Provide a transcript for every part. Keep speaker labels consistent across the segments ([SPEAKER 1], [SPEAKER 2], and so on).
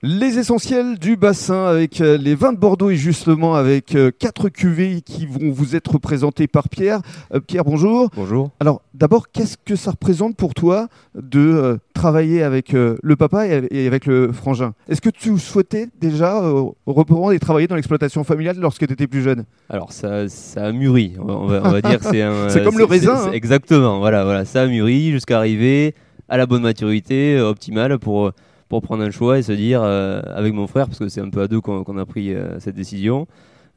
[SPEAKER 1] Les essentiels du bassin avec euh, les vins de Bordeaux et justement avec euh, quatre cuvées qui vont vous être présentées par Pierre. Euh, Pierre, bonjour.
[SPEAKER 2] Bonjour.
[SPEAKER 1] Alors d'abord, qu'est-ce que ça représente pour toi de euh, travailler avec euh, le papa et, et avec le frangin Est-ce que tu souhaitais déjà euh, reprendre et travailler dans l'exploitation familiale lorsque tu étais plus jeune
[SPEAKER 2] Alors ça, ça a mûri, on va, on va- on va dire. C'est un,
[SPEAKER 1] C'est
[SPEAKER 2] euh,
[SPEAKER 1] comme le raisin,
[SPEAKER 2] c'est-
[SPEAKER 1] hein.
[SPEAKER 2] Exactement, voilà, voilà, ça a mûri jusqu'à arriver à la bonne maturité euh, optimale pour, pour prendre un choix et se dire, euh, avec mon frère, parce que c'est un peu à deux qu'on qu'on a pris euh, cette décision,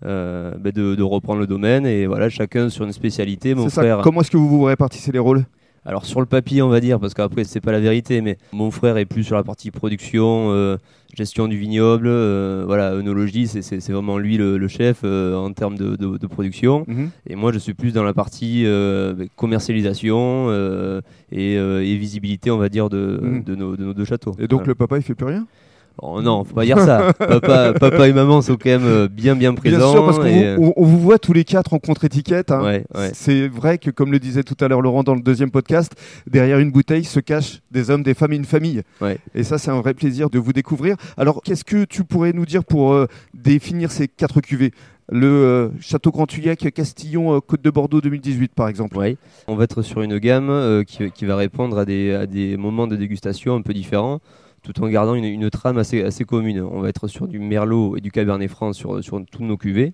[SPEAKER 2] euh, ben de, de reprendre le domaine et voilà, chacun sur une spécialité. Mon
[SPEAKER 1] C'est ça.
[SPEAKER 2] frère.
[SPEAKER 1] Comment est-ce que vous vous répartissez les rôles
[SPEAKER 2] Alors sur le papier, on va dire, parce qu'après c'est pas la vérité, mais mon frère est plus sur la partie production, euh, gestion du vignoble, euh, voilà, œnologie, c'est- c'est c'est vraiment lui le, le chef euh, en termes de, de- de production. Et moi, je suis plus dans la partie euh, commercialisation euh, et, euh, et visibilité, on va dire, de,
[SPEAKER 1] Mhm.
[SPEAKER 2] de, nos, de nos deux châteaux.
[SPEAKER 1] Et donc
[SPEAKER 2] Voilà.
[SPEAKER 1] le papa, il fait plus rien
[SPEAKER 2] Oh non, faut pas dire ça. papa, papa et maman sont quand même euh, bien bien présents.
[SPEAKER 1] Bien sûr, parce qu'on
[SPEAKER 2] et, euh,
[SPEAKER 1] vous- on, on vous voit tous les quatre en contre-étiquette. hein.
[SPEAKER 2] ouais, ouais.
[SPEAKER 1] C'est vrai que, comme le disait tout à l'heure Laurent dans le deuxième podcast, derrière une bouteille se cachent des hommes, des femmes et une famille.
[SPEAKER 2] Ouais.
[SPEAKER 1] Et ça, c'est un vrai plaisir de vous découvrir. Alors, qu'est-ce que tu pourrais nous dire pour euh, définir ces quatre cuvées Le euh, Château Grand Tuyac, Castillon, euh, Côte de Bordeaux 2018, par exemple.
[SPEAKER 2] Oui. On va être sur une gamme euh, qui, qui va répondre à des, à des moments de dégustation un peu différents, tout en gardant une, une trame assez, assez commune. On va être sur du Merlot et du Cabernet Franc sur, sur toutes nos cuvées.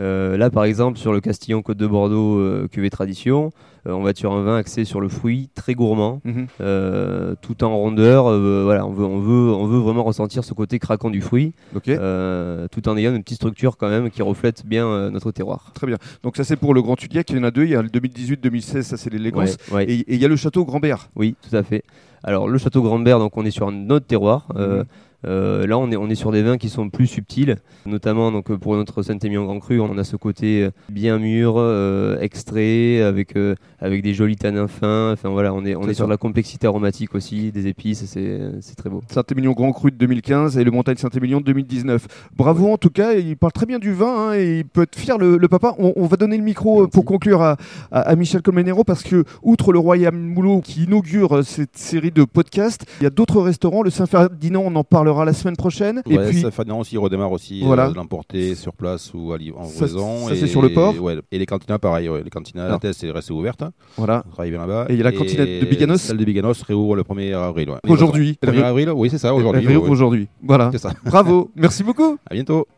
[SPEAKER 2] Euh, là, par exemple, sur le Castillon Côte de Bordeaux euh, cuvée tradition, euh, on va être sur un vin axé sur le fruit, très gourmand,
[SPEAKER 1] Mhm.
[SPEAKER 2] euh, tout en rondeur. euh, voilà, on veut, on, veut, on veut vraiment ressentir ce côté craquant du fruit,
[SPEAKER 1] Ok.
[SPEAKER 2] euh, tout en ayant une petite structure quand même qui reflète bien euh, notre terroir.
[SPEAKER 1] Donc, ça, c'est pour le Grand Tuyac. Il y en a deux. Il y a le 2018-2016, ça, c'est l'élégance.
[SPEAKER 2] Ouais, ouais.
[SPEAKER 1] Et et il y a le Château Grand-Bert.
[SPEAKER 2] Oui, tout à fait. Alors le château Grand-Bert, donc on est sur un autre terroir. Euh,
[SPEAKER 1] Mhm.
[SPEAKER 2] euh, là, on est, on est sur des vins qui sont plus subtils, notamment donc euh, pour notre Saint-Émilion Grand Cru, on a ce côté euh, bien mûr, euh, extrait, avec euh, avec des jolis tanins fins. Enfin voilà, on est on
[SPEAKER 1] C'est
[SPEAKER 2] est sur
[SPEAKER 1] ça.
[SPEAKER 2] de la complexité aromatique aussi, des épices, c'est c'est très beau.
[SPEAKER 1] Saint-Émilion Grand Cru de 2015 et le Montagne Saint-Émilion de 2019. Bravo en tout cas, il parle très bien du vin hein, et il peut être fier le, le papa. On, on va donner le micro euh, pour
[SPEAKER 2] Merci.
[SPEAKER 1] conclure à, à- à Michel Colmenero parce que outre le Royal Moulot qui inaugure euh, cette série de podcasts, il y a d'autres restaurants. Le Saint-Ferdinand, on en parlera la semaine prochaine.
[SPEAKER 3] Et
[SPEAKER 1] et puis
[SPEAKER 3] aussi redémarre aussi
[SPEAKER 1] Voilà.
[SPEAKER 3] euh, de l'emporter sur place ou à li- en
[SPEAKER 1] Ça,
[SPEAKER 3] livraison.
[SPEAKER 1] ça,
[SPEAKER 3] et-
[SPEAKER 1] c'est sur le port.
[SPEAKER 3] Et, ouais, et les cantinas, pareil. ouais, les cantinas,
[SPEAKER 1] Alors.
[SPEAKER 3] la thèse est restée ouverte. hein,
[SPEAKER 1] voilà,
[SPEAKER 3] On travaille bien là-bas.
[SPEAKER 1] Et il y a la cantina de Biganos.
[SPEAKER 3] Celle de Biganos réouvre le 1er avril. ouais.
[SPEAKER 1] aujourd'hui.
[SPEAKER 3] 1er avril, oui, c'est ça, aujourd'hui.
[SPEAKER 1] Elle réouvre
[SPEAKER 3] ouais, ouais.
[SPEAKER 1] aujourd'hui. Voilà.
[SPEAKER 3] C'est ça.
[SPEAKER 1] Bravo. Merci beaucoup.
[SPEAKER 3] À bientôt.